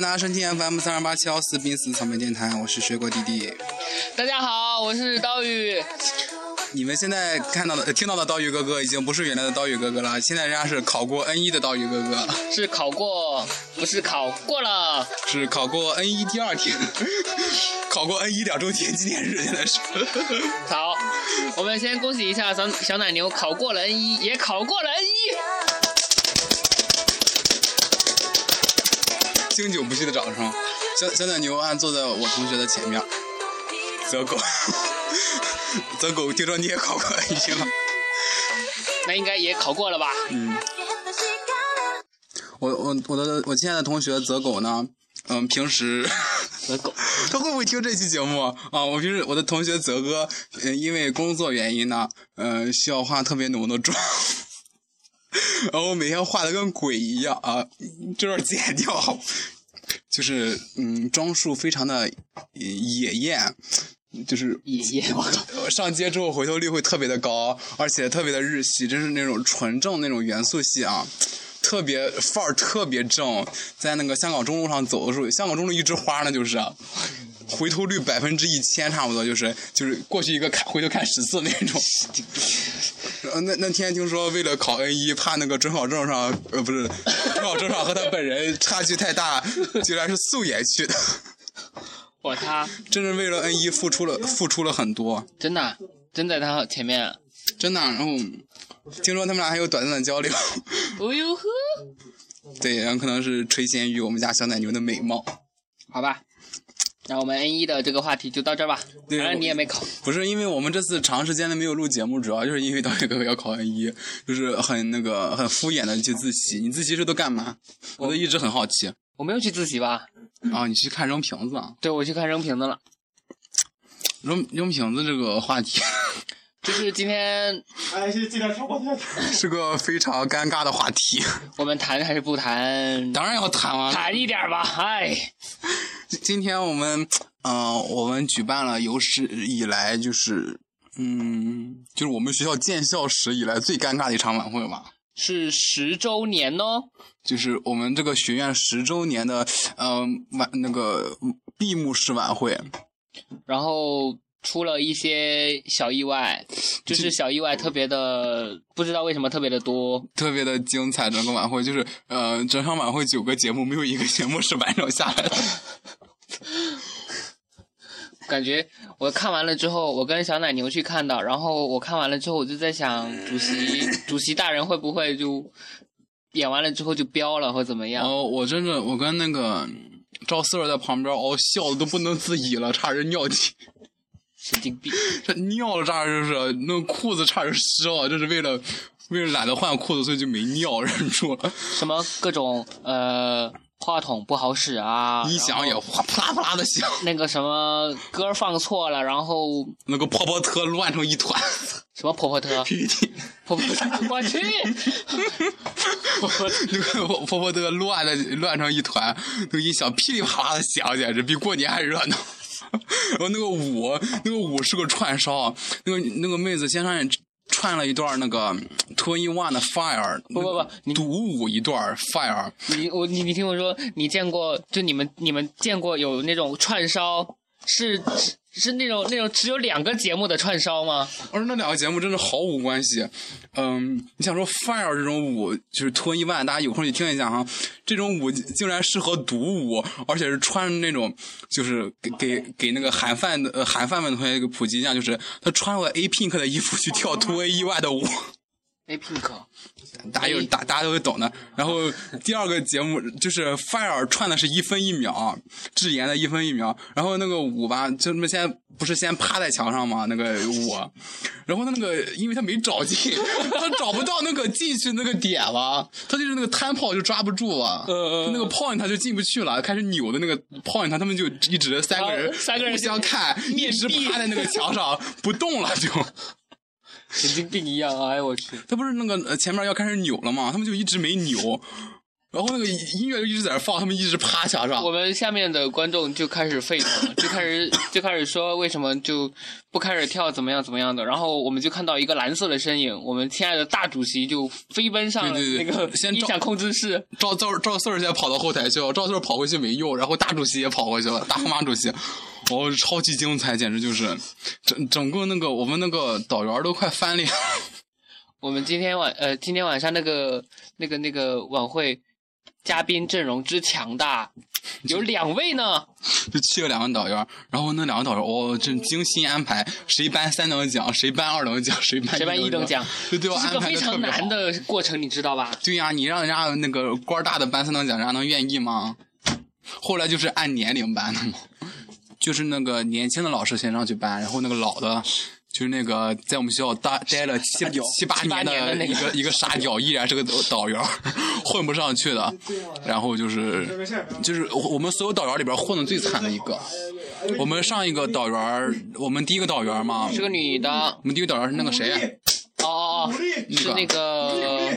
家收听 FM 三二八七幺四濒死草莓电台，我是水果弟弟。大家好，我是刀宇。你们现在看到的、呃听到的刀鱼哥哥，已经不是原来的刀鱼哥哥了，现在人家是考过 N 一的刀鱼哥哥，是考过，不是考过了。是考过 N 一第二天， 考过 N 一两周年纪念日，现在是。 好，我们先恭喜一下小小奶牛考过了 N 一，也考过了 N 一。经久不息的掌声。小小奶牛啊，坐在我同学的前面。泽狗， 泽狗，听说你也考过 N 一了？那应该也考过了吧？嗯，我我我的我亲爱的同学泽狗呢，嗯，平时和狗。他会不会听这期节目啊？我平时我的同学泽哥，嗯、因为工作原因呢，嗯、需要化特别浓的妆，然后每天化的跟鬼一样啊，这段剪掉，就是嗯，装束非常的呃野艳，就是爷爷，我靠，呃上街之后回头率会特别的高，而且特别的日系，真是那种纯正那种元素系啊，特别范儿特别正。在那个香港中路上走的时候，香港中路一枝花呢，就是啊回头率百分之一千，差不多就是就是过去一个看回头看十次那种。呃那那天听说为了考 N 一，怕那个准考证上呃不是准考证上和他本人差距太大，居然是素颜去的，我他真是为了 N 一付出了付出了很多。真的真在他前面。真的啊、然后听说他们俩还有短暂的交流， 哦呦呵，对，然后可能是垂涎于我们家小奶牛的美貌，好吧，那我们 N 一的这个话题就到这儿吧。对反正你也没考，不是因为我们这次长时间的没有录节目，主要就是因为导演哥哥要考 N 一，就是很那个很敷衍的去自习。你自习是都干嘛？我都一直很好奇我没有去自习吧？啊！你去看扔瓶子啊，对，我去看扔瓶子了。扔扔瓶子这个话题 就是今天哎，现在尽量超过他。是个非常尴尬的话题，我们谈还是不谈？当然要谈啊。谈一点吧，哎，今天我们，呃，我们举办了有史以来就是，嗯，就是我们学校建校史以来最尴尬的一场晚会吧。是十周年哦。就是我们这个学院十周年的，呃，晚那个闭幕式晚会，然后出了一些小意外，就是小意外特别的，不知道为什么特别的多。特别的精彩。整个晚会就是，呃，整场晚会九个节目，没有一个节目是完整下来的。感觉我看完了之后，我跟小奶牛去看的，然后我看完了之后，我就在想，主席主席大人会不会就演完了之后就飙了，或怎么然样？后我真的，我跟那个赵四儿在旁边，哦，笑的都不能自已了，差点尿急。神经病！这尿了，差点就是那裤子差点湿了，就是为了为了懒得换裤子，所以就没尿，忍住了。什么各种呃话筒不好使啊，音响也然后哗啪啦啪啦的响，那个什么歌放错了，然后那个泡泡车乱成一团。什么婆 婆特 婆婆特，我去，婆婆特那个婆婆这个乱的乱成一团，那个音响噼里啪啦的响，简直比过年还热闹。 然后那个舞，那个舞是个串烧，那个那个妹子先上去串了一段那个 Two in One 的 Fire，不不不你独舞一段 Fire，你我你你听我说，你见过就你们你们见过有那种串烧是是是那种那种只有两个节目的串烧吗？而那两个节目真是毫无关系。嗯，你想说 Fire 这种舞就是脱衣万，大家有空去听一下哈。这种舞竟然适合独舞，而且是穿那种就是给给给那个韩范的呃韩范们同学一个普及一下，就是他穿过 A Pink 的衣服去跳脱衣万的舞。 A Pink，大家哎有大大家都会懂的。然后第二个节目就是 Fire 串的是一分一秒，智妍的一分一秒。然后那个舞吧，就那么先不是先趴在墙上吗？那个舞，然后他那个因为他没找进， 他找不到那个进去那个点了，他就是那个摊炮就抓不住了，嗯嗯他那个 point 他就进不去了，开始扭的那个 point，他们就一直三个人啊三个人互相看，一面直壁趴在那个墙上不动了就。 神经病一样，哎我去，他不是那个呃前面要开始扭了吗？他们就一直没扭，然后那个音乐就一直在那放，他们一直趴下上我。们下面的观众就开始沸腾了，就开始就开始说为什么就不开始跳怎么样怎么样的，然后我们就看到一个蓝色的身影，我们亲爱的大主席就飞奔上了对对那对个先音照响控制室，赵赵赵四儿现在跑到后台去了，赵四儿跑回去没用，然后大主席也跑回去了，大后妈主席，哦，超级精彩，简直就是整整个那个我们那个导员都快翻脸。我们今天晚呃今天晚上那个那个那个晚会嘉宾阵容之强大，有两位呢，就去了两个导员，然后那两个导员，哦，真精心安排，谁颁三等奖，谁颁二等奖，谁颁谁颁一等奖，对对，我是安个排非的特常别好难。的过程，你知道吧？对呀、你让人家那个官儿大的颁三等奖，人家能愿意吗？后来就是按年龄颁的嘛，就是那个年轻的老师先上去颁，然后那个老的。就是那个在我们学校待待了七七八七年八年的的那一个个一个傻屌，依然是个导导员儿，混不上去的。然后就是就是我我们所有导员里边混的最惨的一个。我们上一个导员儿，我们第一个导员儿嘛，是个女的，哦我们第一个导员儿是那个谁，啊哦哦，嗯是那个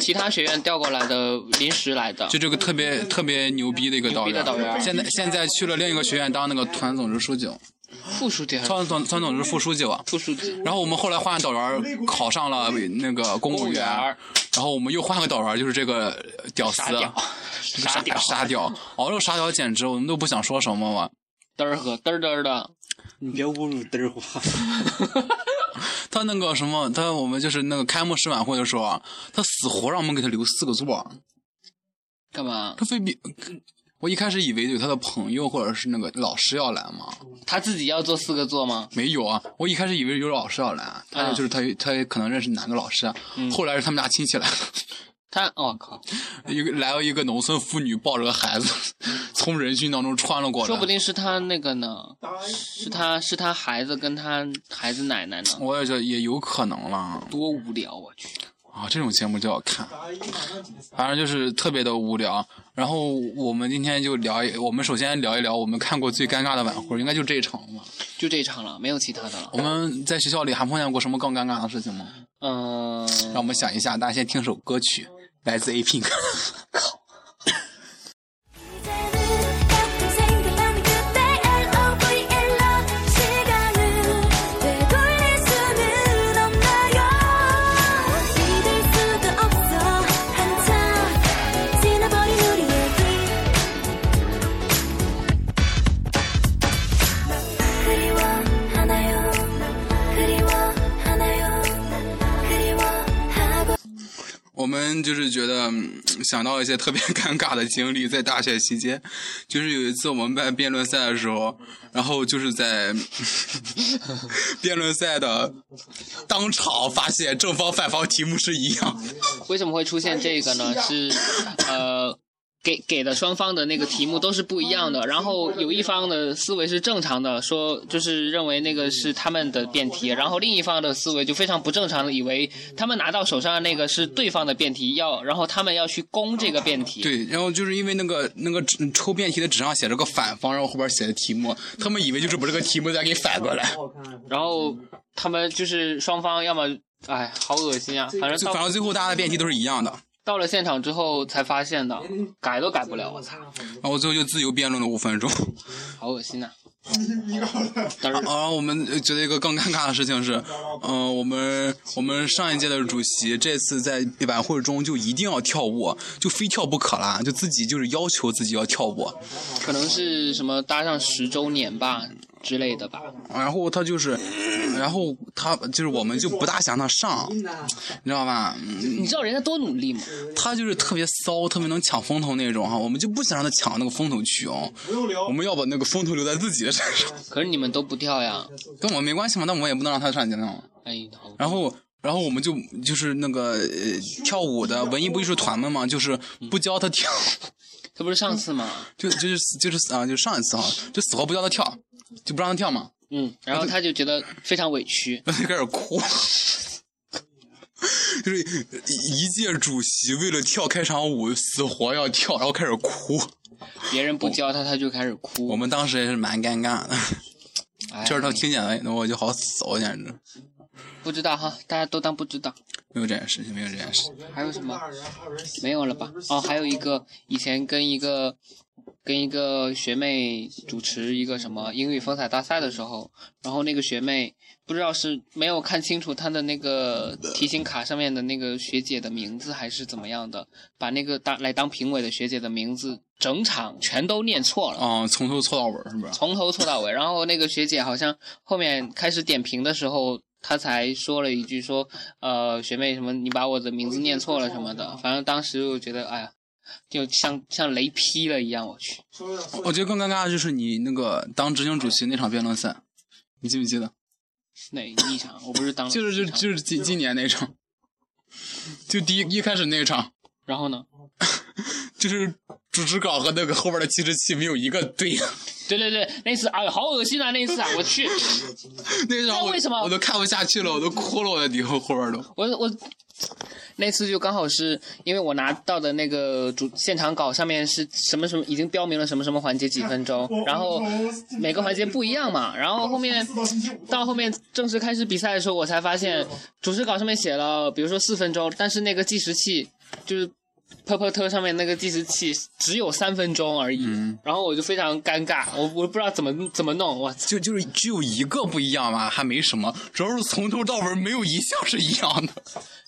其他学院调过来的，临时来的就。这个特别特别牛逼的一个导嗯牛逼的员，导员嗯现在现在去了另一个学院当那个团总支书记，副书记还是团团团总支副书记吧。副书记？然后我们后来换导员，考上了那个公务公务员员，然后我们又换个导员，就是这个呃屌丝傻，屌，这 个傻屌傻屌， 哦，这个傻屌简直我们都不想说什么了。嘚儿喝嘚儿嘚儿的，你别侮辱嘚儿花。他那个什么，他我们就是那个开幕式晚会的时候啊，他死活让我们给他留四个座儿，干嘛？他非逼。我一开始以为有他的朋友或者是那个老师要来嘛，他自己要做四个座吗？没有啊，我一开始以为有老师要来，啊他嗯就是他他可能认识哪个老师，啊后来是他们家亲戚来了， 他，我、靠，一个来了一个农村妇女抱着个孩子，从人群当中穿了过来，说不定是他那个呢，是他是他孩子跟他孩子奶奶呢，我也觉得也有可能了多无聊，我去。啊，这种节目就要看，反正就是特别的无聊。然后我们今天就聊一，我们首先聊一聊我们看过最尴尬的晚会，应该就这一场了吧。就这一场了，没有其他的了我。们在学校里还碰见过什么更尴尬的事情吗？嗯、让我们想一下，大家先听首歌曲，来自 A Pink。 이제는 가끔 생각나는 그때 L.O.V.L.O 시간을 되돌릴 수는 없나요 믿을 수도 없어 한참 지나버린 우리 얘기 그리워하나요 그리워하나요 그리워하고 我们就是觉得嗯想到一些特别尴尬的经历，在大学期间， 就是有一次我们办辩论赛的时候，然后就是在 辩论赛的当场发现正方反方题目是一样，为什么会出现这个呢？是呃，给给的双方的那个题目都是不一样的，然后有一方的思维是正常的，说就是认为那个是他们的辩题，然后另一方的思维就非常不正常的，以为他们拿到手上的那个是对方的辩题，要然后他们要去攻这个辩题。对，然后就是因为那个那个纸抽辩题的纸上写着个反方，然后后边写的题目，他们以为就是把这个题目再给反过来，然后他们就是双方要么。哎，好恶心啊！反正就反到正最后大家的辩题都是一样的，到了现场之后才发现的，改都改不了，我啊操，然后最后就自由辩论了五分钟。好恶心呐、当然，然后我们呃觉得一个更尴尬的事情是，嗯、我们我们上一届的主席这次在晚会中就一定要跳舞，就非跳不可啦，就自己就是要求自己要跳舞。可能是什么搭上十周年吧之类的吧。然后他就是，然后他就是我们就不大想让他上，你知道吧？嗯你知道人家多努力吗？他就是特别骚，特别能抢风头那种哈，我们就不想让他抢那个风头去哦，我们要把那个风头留在自己的身上，可是你们都不跳呀，跟我们没关系嘛，那我们也不能让他上去那种。哎，好然后，然后我们就就是那个呃跳舞的文艺部艺术团们嘛，就是不教他跳，这不是上次吗？就就是就是啊，就上一次哈，就死活不教他跳，就不让他跳嘛，嗯，然后他就觉得非常委屈，然后就开始哭。 就是一届主席为了跳开场舞，死活要跳，然后开始哭。别人不教他，他就开始我哭。们当时也是蛮尴尬的，哎哎这是他听见了，我就好死，我简直。不知道哈，大家都当不知道。没有这件事情，没有这件事情。还有什么？没有了吧？哦，还有一个以前跟一个跟一个学妹主持一个什么英语风采大赛的时候，然后那个学妹不知道是没有看清楚她的那个题型卡上面的那个学姐的名字还是怎么样的，把那个当来当评委的学姐的名字整场全都念错了。啊、从头错到尾儿是不是？从头错到尾。然后那个学姐好像后面开始点评的时候，她才说了一句说，呃，学妹什么，你把我的名字念错了什么的。反正当时我觉得，哎呀，就像像雷劈了一样，我去。我觉得更尴尬的就是你那个当执行主席那场辩论赛，你记不记得？哪一场？我不是当了就是就一场就是今今年那场，就第一一开始那一场，然后呢？就是主持稿和那个后边的计时器没有一个对的，对对对，那次哎呦，好恶心啊！那次啊，我去，那场那我为什么我都看不下去了，我都哭了，我以后后边都。我我那次就刚好是因为我拿到的那个主现场稿上面是什么什么已经标明了什么什么环节几分钟，然后每个环节不一样嘛，然后后面到后面正式开始比赛的时候，我才发哎现主持稿上面写了，比如说四分钟，但是那个计时器就是。p 噗 t 上面那个计时器只有三分钟而已，嗯然后我就非常尴尬，我我不知道怎么怎么弄，我就就是只有一个不一样吧，还没什么，主要是从头到尾没有一项是一样的，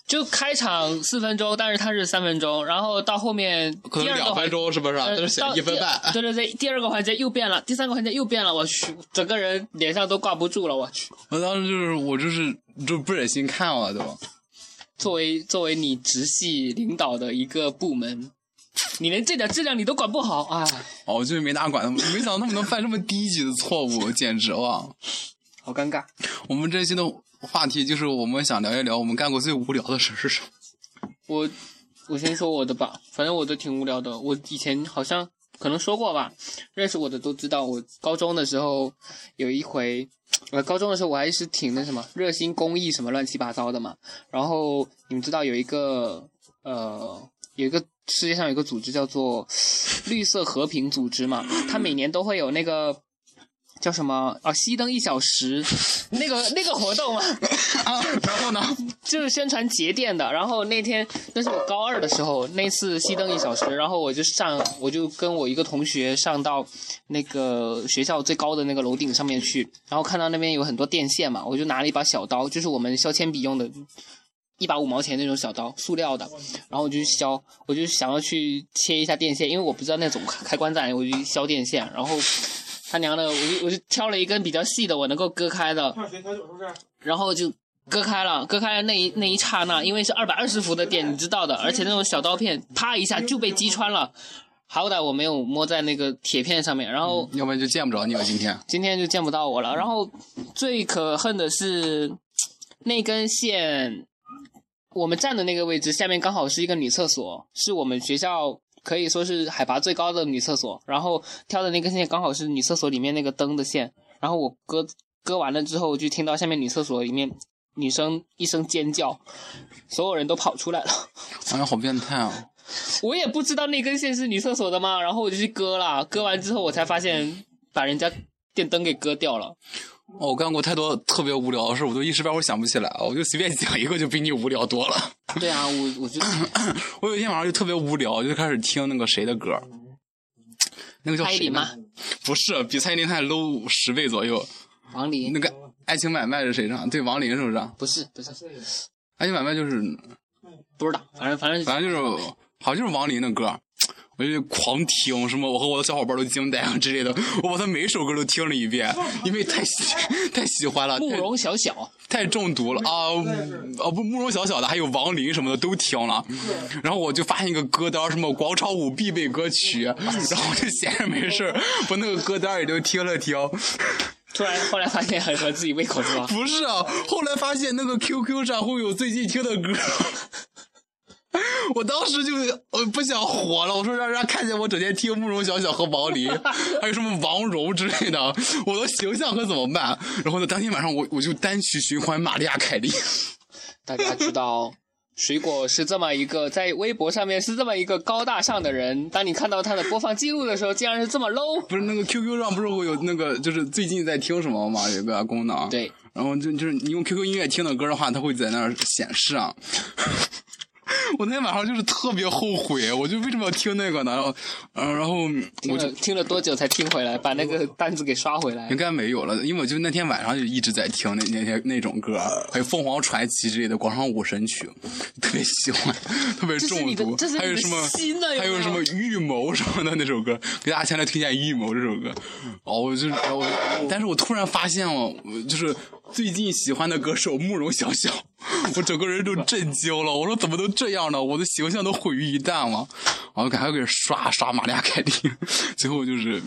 就开场四分钟，但是它是三分钟，然后到后面可第能二个两环分钟是不是？他呃就写到一分第半。对对对，第二个环节又变了，第三个环节又变了，我去，整个人脸上都挂不住了，我去。 我当时就是我就是就不忍心看了都。作为作为你直系领导的一个部门，你连这点质量你都管不好啊，唉哦，我就是没哪管他们，没想到他们能犯这么低级的错误，简直了！好尴尬。我们这期的话题就是我们想聊一聊我们干过最无聊的事是什么。我我先说我的吧，反正我的挺无聊的。我以前好像可能说过吧，认识我的都知道，我高中的时候有一回，我高中的时候我还是挺那什么热心公益什么乱七八糟的嘛。然后你们知道有一个呃有一个世界上有一个组织叫做绿色和平组织嘛，它每年都会有那个。叫什么啊？熄灯一小时，那个那个活动嘛，啊，然后呢？就是宣传节电的。然后那天那是我高二的时候，那次熄灯一小时，然后我就上，我就跟我一个同学上到那个学校最高的那个楼顶上面去，然后看到那边有很多电线嘛，我就拿了一把小刀，就是我们削铅笔用的。一把五毛钱那种小刀，塑料的，然后我就去削，我就想要去切一下电线，因为我不知道那种开关在哪里，我就去削电线，然后他娘的，我就我就挑了一根比较细的，我能够割开的，然后就割开了，割开了那一那一刹那，因为是二百二十伏的电，你知道的，而且那种小刀片啪一下就被击穿了，好歹我没有摸在那个铁片上面，然后要不然就见不着你了。今天今天就见不到我了。然后最可恨的是那根线，我们站的那个位置下面刚好是一个女厕所，是我们学校可以说是海拔最高的女厕所。然后挑的那根线刚好是女厕所里面那个灯的线。然后我割割完了之后，就听到下面女厕所里面女生一声尖叫，所有人都跑出来了。哎呀，好变态啊！我也不知道那根线是女厕所的嘛，然后我就去割了，割完之后我才发现把人家电灯给割掉了。哦，我干过太多特别无聊的事，我都一时半会儿想不起来，我就随便讲一个就比你无聊多了。 对啊，我 我就我有一天晚上就特别无聊，就开始听那个谁的歌，那个叫蔡依谁林呢嘛，不是，比蔡依林还 low 十倍左右。王林那个《爱情买卖》是谁唱？对，王林是不是？《不是不是爱情买卖》就是，不知道，反正反正反正就是，好像就是王林的歌。我就狂听什么，我和我的小伙伴都惊呆了之类的，我把他每首歌都听了一遍，因为太喜太喜欢了，慕太容小小太中毒了啊！哦不，慕容小小的，还有王林什么的都听了。然后我就发现一个歌单，什么广场舞必备歌曲，然后我就闲着没事儿把那个歌单也都听了听。突然后来发现很合自己胃口是 吧？不是啊，后来发现那个 QQ 上会有最近听的歌。 我当时就我不想活了，我说让人家看见我整天听慕容小小和王林，还有什么王蓉之类的，我的形象可怎么办？然后呢，当天晚上我我就单曲循环玛丽亚凯莉。 大家知道。水果是这么一个在微博上面是这么一个高大上的人，当你看到他的播放记录的时候，竟然是这么 low。不是那个 QQ 上不是会有那个就是最近在听什么吗？有个功能。。对，然后就就是你用 QQ 音乐听的歌的话，它会在那儿显示啊。 我那天晚上就是特别后悔，我就为什么要听那个呢？然后，呃然后我我就就听了多久才听回来，把那个单子给刷回来应？该没有了，因为我就那天晚上就一直在听那那些那种歌，还有凤凰传奇之类的广场舞神曲，特别喜欢，特别这是中你的毒。这是你的还有什么心呐有没有还有什么预谋什么的那首歌，给大家先来推荐预谋这首歌。哦，我就然后我，但是我突然发现哦，我就是最近喜欢的歌手慕容晓晓，我整个人都震惊了。我说怎么都这样呢？我的形象都毁于一旦了。然后赶快给刷刷玛利亚凯莉， 最后就是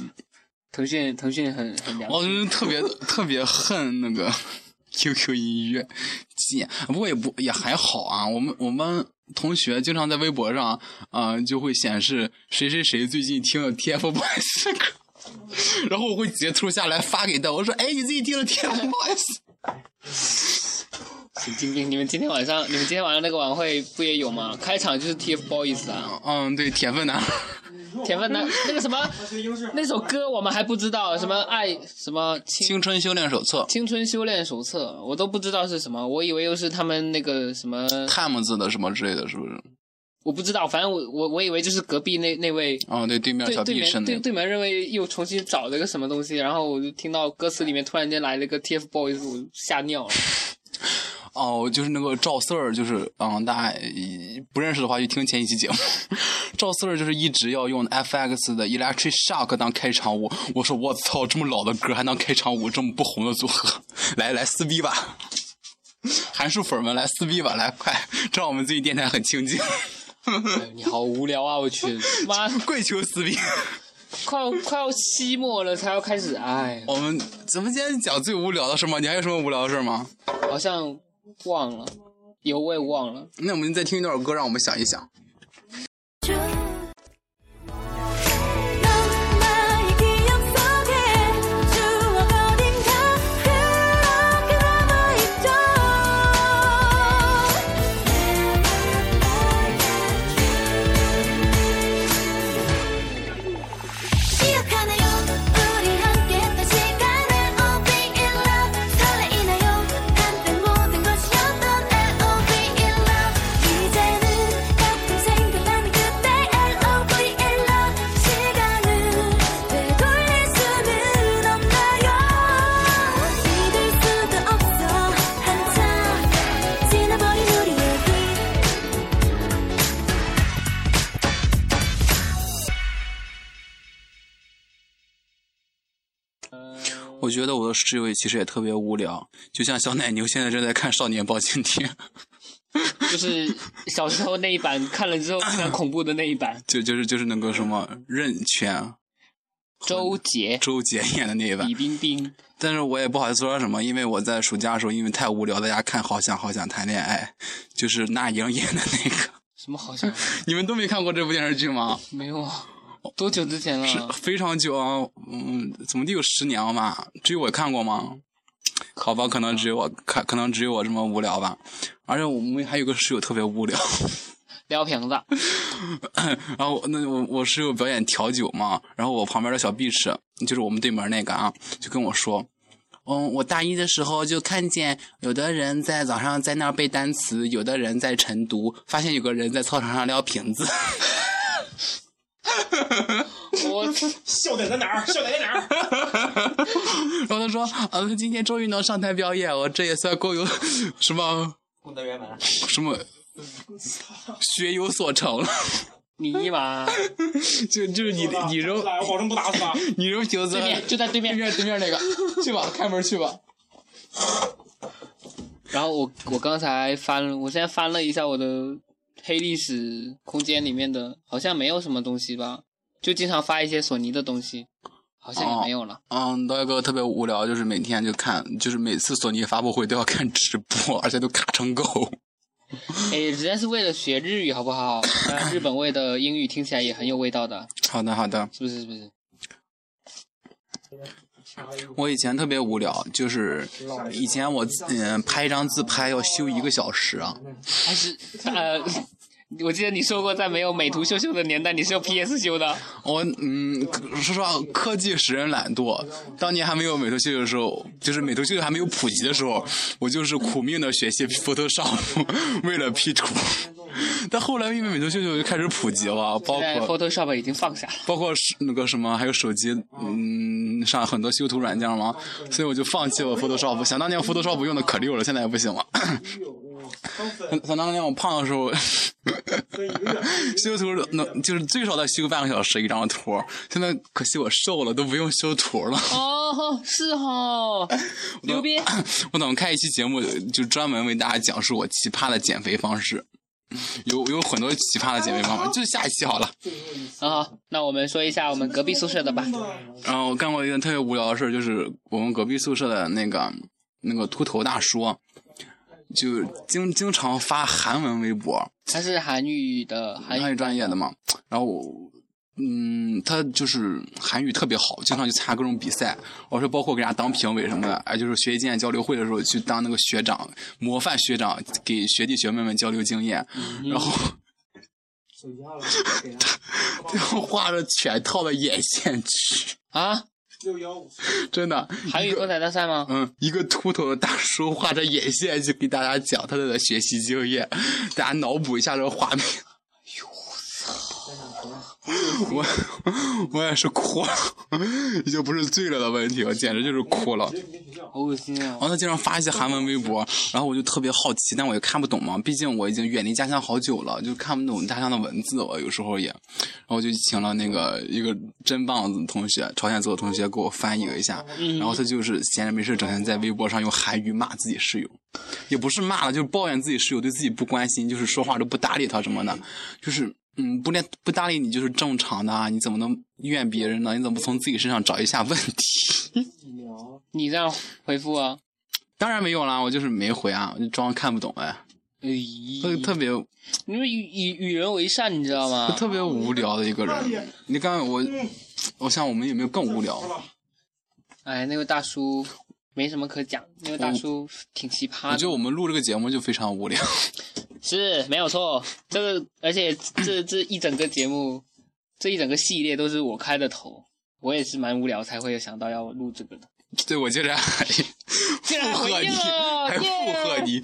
腾讯腾讯很很良我就是特别特别恨那个 QQ 音乐，贱。不过也不也还好啊。我们我们同学经常在微博上，啊、就会显示谁谁谁最近听了 TFBOYS 的歌，然后我会截图下来发给他，我说：“哎，你最近听了 TFBOYS？” 心。今天你们今天晚上你们今天晚上那个晚会不也有吗？开场就是 TFBOYS 啊，嗯，对，铁粉男。铁粉那那个什么那首歌我们还不知道，什么爱什么青青春修炼手册青春修炼手册，我都不知道是什么，我以为又是他们那个什么， ，Time 字的什么之类的，是不是？我不知道，反正我我我以为就是隔壁那那位啊、对，对面对小对弟是面那对个。对面认为又重新找了个什么东西，然后我就听到歌词里面突然间来了个 TFBOYS，我吓尿了。哦，就是那个赵四儿，就是嗯，大家呃不认识的话就听前一期节目。 赵四儿就是一直要用 FX 的 Electric Shock 当开场舞，我说我操，这么老的歌还当开场舞，这么不红的组合， 来来撕逼吧！ 韩数粉们来撕逼吧，来快，这让我们最近电台很清静， 哎你好无聊啊！我去，妈，跪求撕逼。 快要快要期末了，才要开始，哎，我们咱们今天讲最无聊的事吗？你还有什么无聊的事吗？好像忘了，有我也忘了。那我们再听一段歌，让我们想一想。 넌 나의 기억 속에 추억 어딘가 그렇게 남아있죠 Never forget you 기억하나요 우리 함께했던 시간은 All be in love 설레이나요 한때 모든 것이었던 All be in love 이제는 가끔 생각나는 그때 All be in love 시간을 되돌릴 수는 없나요 믿을 수도 없어 한참 지나버린 우리 얘기 我觉得我的室友其实也特别无聊，就像小奶牛现在正在看《少年包青天》，就是小时候那一版看了之后非常恐怖的那一版，就就是就是那个什么任泉、周杰、周杰演的那一版李。冰冰，但是我也不好意思说什么，因为我在暑假的时候，因为太无聊，大家看《好想好想谈恋爱》，就是那英演的那个。 什么好像你们都没看过这部电视剧吗？没有啊？多久之前是了？非常久啊，嗯，怎么得有十年了吧？只有我看过吗？好吧，可能只有我看，可能只有我这么无聊吧。而且我们还有个室友特别无聊。撩瓶子，然后那我我室友表演调酒嘛，然后我旁边的小壁纸，就是我们对门那个啊，就跟我说，嗯，我大一的时候就看见有的人在早上在那儿背单词，有的人在晨读，发现有个人在操场上撩瓶子， 我笑点在哪儿？笑点在哪儿？然后他说，嗯，今天终于能上台表演了，这也算够有什么功德圆满。什么学有所成了， 你尼玛，就就是你你扔来，我保证不打死他。你扔瓶子对面就在对面对。面对面那个，去吧，开门去吧。然后我我刚才翻了，我现在翻了一下我的黑历史空间里面的，好像没有什么东西吧，就经常发一些索尼的东西，好像也没有了。嗯，刀一哥特别无聊，就是每天就看，就是每次索尼发布会都要看直播，而且都卡成狗。哎、人家是为了学日语好不好？那日本味的英语听起来也很有味道的，好的，好的。是不是？是不是？我以前特别无聊，就是以前我嗯、拍一张自拍要修一个小时啊，还是呃，我记得你说过，在没有美图秀秀的年代，你是用 PS 修的。我嗯，可说实话，科技使人懒惰。当年还没有美图秀秀的时候，就是美图秀秀还没有普及的时候，我就是苦命的学习 Photoshop，为 了 P 图。但后来因为美图秀秀就开始普及了，包现在括 Photoshop 已经放下了。包括是那个什么，还有手机，嗯，上很多修图软件嘛，所以我就放弃了 Photoshop。想当年 Photoshop 用的可溜了，现在也不行了。想想当年我胖的时候，修图能就是最少得修半个小时一张图，现在可惜我瘦了，都不用修图了。 哦，是哦，牛逼！我等开一期节目，就专门为大家讲述我奇葩的减肥方式。有有很多奇葩的减肥方法，就下一期好了。 啊，那我们说一下我们隔壁宿 舍的吧。然后我干过一件特别无聊的事儿，就是我们隔壁宿舍的那个那个秃头大叔，啊就经经常发韩文微博，他是韩语的韩韩语语专业的嘛。然后我，嗯，他就是韩语特别好，经常去参加各种比赛，我说包括给人家当评委什么的，哎，就是学习经验交流会的时候去当那个学长，模范学长，给学弟学妹们交流经验。然后， 他他画着全套的眼线去，啊，真的韩语歌仔大赛 吗？嗯，一个秃头的大叔画着眼线去给大家讲他的学习经验，大家脑补一下这个画面。 我我也是哭了， 已经不是醉了的问题，我简直就是哭了。好恶心啊然！后他经常发一些韩文微博，然后我就特别好奇，但我也看不懂嘛，毕竟我已经远离家乡好久了，就看不懂家乡的文字，我有时候也，然后我就请了那个一个真棒子同学，朝鲜族的同学给我翻译了一下，然后他就是闲着没事，整天在微博上用韩语骂自己室友，也不是骂了，就是抱怨自己室友对自己不关心，就是说话都不搭理他什么的，就是。嗯，不连不搭理你就是正常的啊！你怎么能怨别人呢？你怎么不从自己身上找一下问题？你这样回复啊？当然没有啦，我就是没回啊，我就装看不懂哎，特咦，特别哎你们与与与人为善，你知道吗？特别无聊的一个人。你刚刚我，我想我们有没有更无聊？嗯哎，那位大叔没什么可讲，那位大叔挺奇葩我觉得的，我们录这个节目就非常无聊。 是没有错。这个，而且这这一整个节目，这一整个系列都是我开的头，我也是蛮无聊才会想到要录这个的。对，我竟然还竟附然回和你，应哎了还附和你。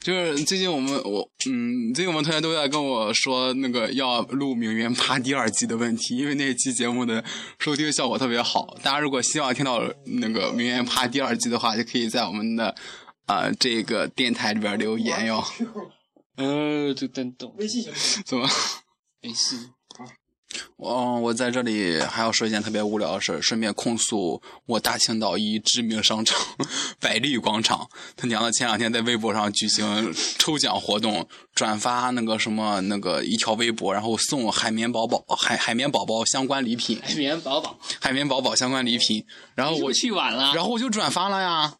就是最近我们我嗯，最近我们同学都在跟我说那个要录《名媛趴》第二季的问题，因为那期节目的收听效果特别好。大家如果希望听到那个《名媛趴》第二季的话，就可以在我们的啊、呃这个电台里边留言哟。呃，就等等，微信行不行？怎么？没事。嗯，我在这里还要说一件特别无聊的事儿，顺便控诉我大青岛一知名商场百丽广场，他娘的前两天在微博上举行抽奖活动，转发那个什么那个一条微博，然后送海绵宝宝海海绵宝宝相关礼品，海绵宝宝，海绵宝宝相关礼品，然后 哎我啊我去晚了。然后我就转发了呀，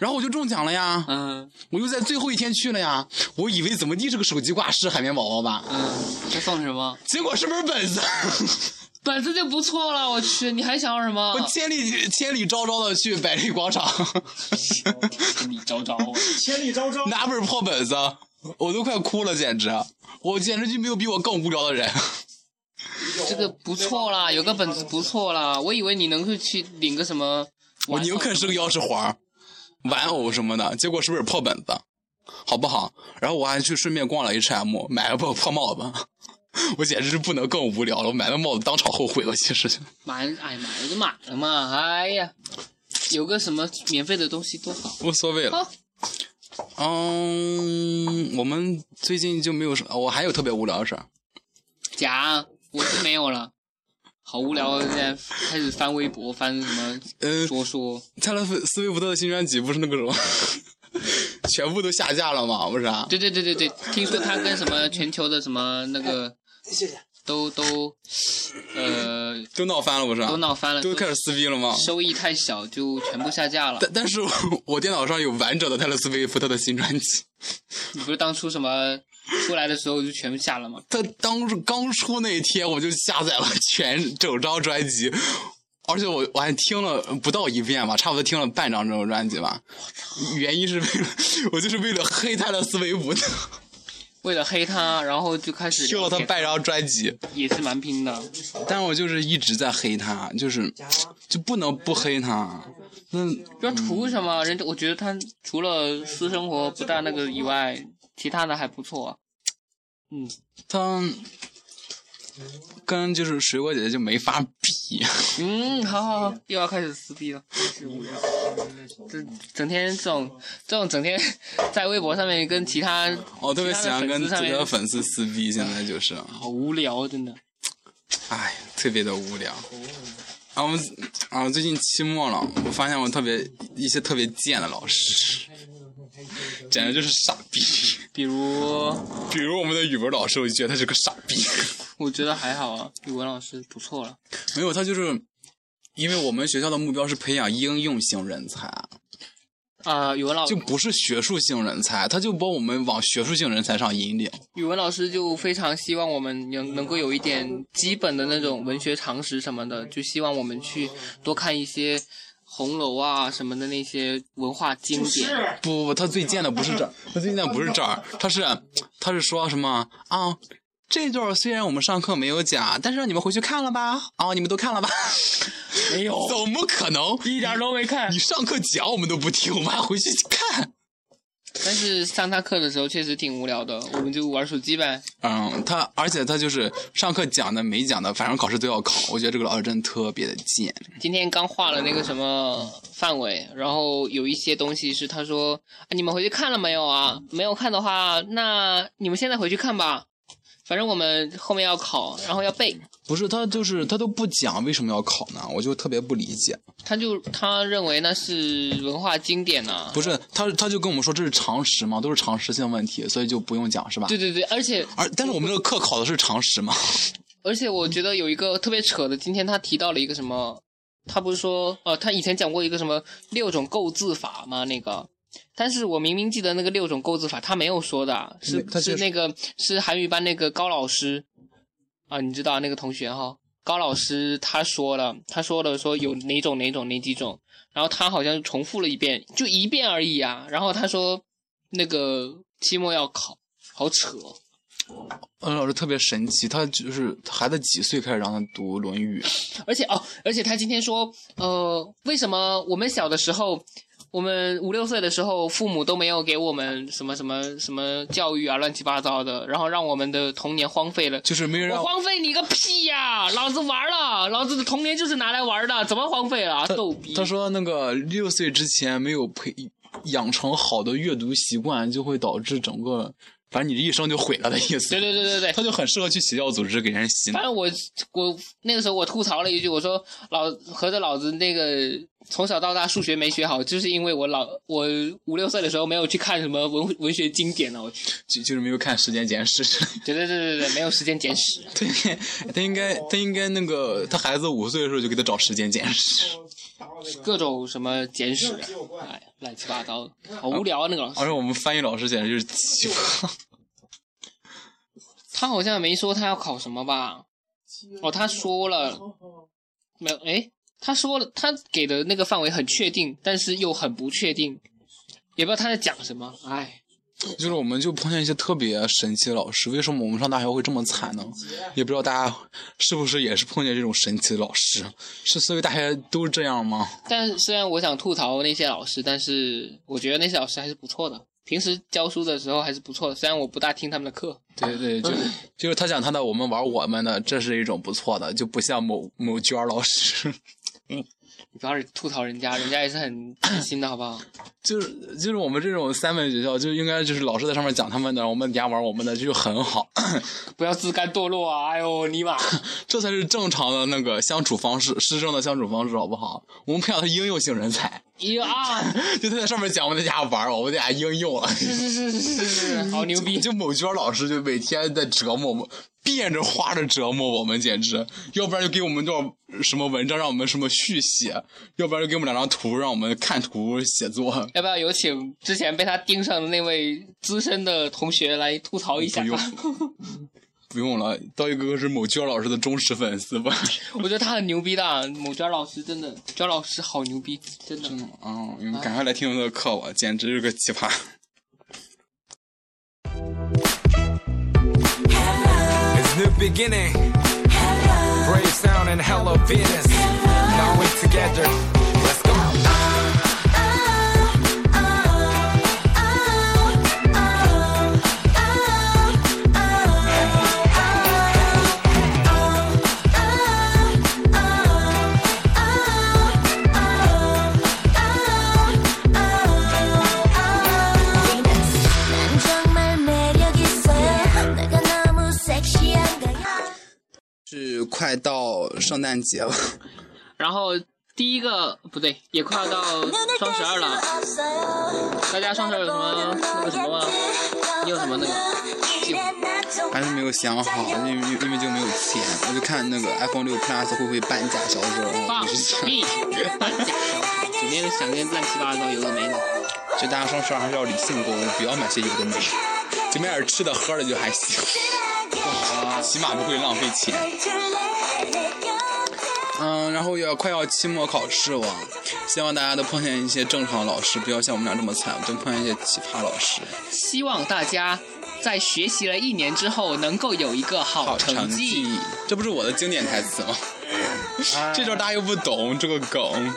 然后我就中奖了呀，嗯我就在最后一天去了呀，我以为怎么地这个手机挂是海绵宝宝吧，嗯，这送什么？结果是本本子。本子就不错了，我去，你还想要什么？我千里千里昭昭的去百丽广场，你找找我。千里昭昭，拿本破本子，我都快哭了，简直！我简直就没有比我更无聊的人。这个不错啦，有个本子不错啦，我以为你能够去领个什么。我玩宁肯是个钥匙环、玩偶什么的，结果是不是破本子？好不好？然后我还去顺便逛了 H&M，买了破破帽子。我简直是不能更无聊了，我买了帽子当场后悔了。其实，买，哎买了就买了嘛，哎呀，有个什么免费的东西多好。无所谓了。好，嗯，我们最近就没有什，我还有特别无聊的事儿。假，我是没有了，好无聊，现在开始翻微博，翻什么嗯，说说，泰勒·斯威夫特的新专辑不是那个什么，全部都下架了吗？不是啊？对对对对对，听说他跟什么全球的什么那个谢谢。都都，呃，都闹翻了不是啊？都闹翻了，都开始撕逼了吗？收益太小，就全部下架了。但但是我我电脑上有完整的泰勒·斯威夫特的新专辑，你不是当初什么出来的时候就全部下了吗？他当时刚出那一天我就下载了全整张专辑，而且我我还听了不到一遍吧，差不多听了半张这种专辑吧。原因是为了我就是为了黑泰勒·斯威夫特，为了黑他，然后就开始听了他给半张专辑，也是蛮拼的。但我就是一直在黑他，就是就不能不黑他。那主要嗯图什么？人家我觉得他除了私生活不大那个以外，其他的还不错。啊嗯，他跟就是水果姐姐就没法比，嗯，好好好，又要开始撕逼了，真是无聊。这整天这种这种整天 在微博上面跟其他我特别喜欢跟其自他的粉己丝上的粉丝面撕逼，现在就是，好无聊，真的。哎，特别的无聊。啊，我们啊，最近期末了，我发现我特别一些特别贱的老师，简直就是傻逼。比如，比如我们的语文老师，我就觉得他是个傻逼。 我觉得还好啊，语文老师不错了。没有，他就是因为我们学校的目标是培养应用型人才，啊、语文老就不是学术性人才，他就把我们往学术性人才上引领。语文老师就非常希望我们能能够有一点基本的那种文学常识什么的，就希望我们去多看一些《红楼啊》什么的那些文化经典。是不不不，他最贱的不是这儿，他最贱的不是这儿，他是他是说什么啊？这段虽然我们上课没有讲，但是让你们回去看了吧。啊，你们都看了吧？ 没有，怎么可能？一点都没看你。上课讲我们都不听，我们还回去看。但是上他课的时候确实挺无聊的，我们就玩手机呗。嗯，他而且他就是上课讲的没讲的，反正考试都要考。我觉得这个老师真的特别的贱。今天刚画了那个什么范围，然后有一些东西是他说、啊你们回去看了没有啊？没有看的话，那你们现在回去看吧。反正我们后面要考，然后要背。不是他就是他都不讲为什么要考呢？我就特别不理解。他就他认为那是文化经典啊呐、不是他他就跟我们说这是常识嘛，都是常识性问题，所以就不用讲是吧？对对对，而且而但是我们这个课考的是常识嘛。 而且我觉得有一个特别扯的，今天他提到了一个什么，他不是说呃，他以前讲过一个什么六种构字法吗？那个，但是我明明记得那个六种构字法他没有说的啊，是没他是就是那个是韩语班那个高老师啊，你知道那个同学哈，高老师他说了，他说了说有哪种哪种哪几种，然后他好像重复了一遍，就一遍而已啊，然后他说那个期末要考，好扯哦。嗯，老师特别神奇，他就是孩子几岁开始让他读《论语》，而且哦，而且他今天说，呃，为什么我们小的时候，我们五六岁的时候，父母都没有给我们什么什么什么教育啊，乱七八糟的，然后让我们的童年荒废了。就是没有我让荒废你个屁呀、老子玩了，老子的童年就是拿来玩的，怎么荒废了？啊他逗逼！他说那个六岁之前没有培养成好的阅读习惯，就会导致整个，反正你一生就毁了的意思。对对对对对，他就很适合去邪教组织给人洗反脑。正我我那个时候我吐槽了一句，我说老合着老子那个从小到大数学没学好，就是因为我老我五六岁的时候没有去看什么文文学经典呢、我去，就就是没有看《时间简史》对对对对对，没有时间简史。 他应该，他应该，他应该那个，他孩子五岁的时候就给他找《时间简史》，各种什么简史，哎，乱七八糟的，好无聊啊！那个老而师，且我们翻译老师简直就是奇葩。他好像没说他要考什么吧？哦，他说了，哦没有？哎，他说了，他给的那个范围很确定，但是又很不确定，也不知道他在讲什么。哎，就是我们就碰见一些特别神奇的老师，为什么我们上大学会这么惨呢？也不知道大家是不是也是碰见这种神奇的老师？啊是所有大学都这样吗？但虽然我想吐槽那些老师，但是我觉得那些老师还是不错的，平时教书的时候还是不错的。虽然我不大听他们的课，对对，就就是他讲他的，我们玩我们的，这是一种不错的，就不像某某娟儿老师， 你不要吐槽人家，人家也是很 细心的，好不好？就是就是我们这种三本学校，就应该就是老师在上面讲他们的，我们底下玩我们的，就很好， 不要自甘堕落啊！哎呦，尼玛！这才是正常的那个相处方式，师生的相处方式，好不好？我们培养的应用性人才，一 二，就他在上面讲，我们在家玩，我们在家应用了。是是是是是，好牛 逼！就某娟老师就每天在折磨我们，变着花着折磨我们，简直，要不然就给我们段什么文章让我们什么续写，要不然就给我们两张图让我们看图写作。要不要有请之前被他盯上的那位资深的同学来吐槽一下不吧？不用了，刀一哥哥是某娟老师的忠实粉丝吧？ 我觉得他很牛逼的，某娟老师真的，娟老师好牛逼，真的。嗯，你们赶快来听他的课吧，简直是个奇葩。 「 new beginning. Brave sound and hello Venus. Now we're together. Let's go. 난 정말 매력 있어요. 내가 너무 섹시한가요?是快到圣诞节了，然后第一个不对，也快要到双十二了，大家双十二有什么那个什么吗？你有什么那个计划？还是没有想好，因为因为就没有钱，我就看那个 iPhone 六 Plus 会不会半价销售，然后放我就想 屁！整天想那些乱七八糟有的没的。就大家双十二还是要理性购物，不要买些有的没的，就买点吃的喝的就还行，起码不会浪费钱。嗯，然后也快要期末考试了，希望大家都碰见一些正常老师，不要像我们俩这么惨，都碰见一些奇葩老师。希望大家在学习了一年之后，能够有一个好好成成绩。绩，这不是我的经典台词吗？这招大家又不懂这个梗。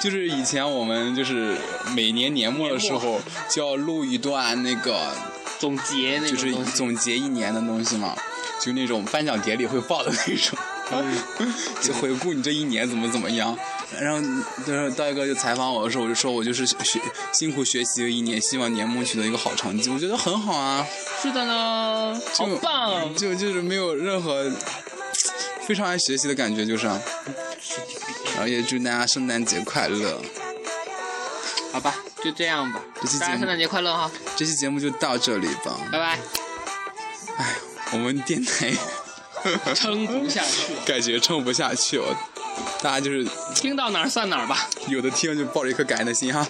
就是以前我们就是每年年末的时候就要录一段那个总结那就种是东西，总结一年的东西嘛，就那种颁奖典礼会放的那种，嗯就回顾你这一年怎么怎么样。然后就是大哥就采访我的时候，我就说我就是学辛苦学习了一年，希望年末取得一个好成绩，我觉得很好啊，是的呢，好就棒！就就是没有任何非常爱学习的感觉，就是啊。然后也祝大家圣诞节快乐，好吧，就这样吧这期。节目大家圣诞节快乐哈，这期节目就到这里吧。拜拜。我们电台 撑不下去了，感觉撑不下去了，大家就是听到哪儿算哪儿吧。有的听就抱着一颗感恩的心哈。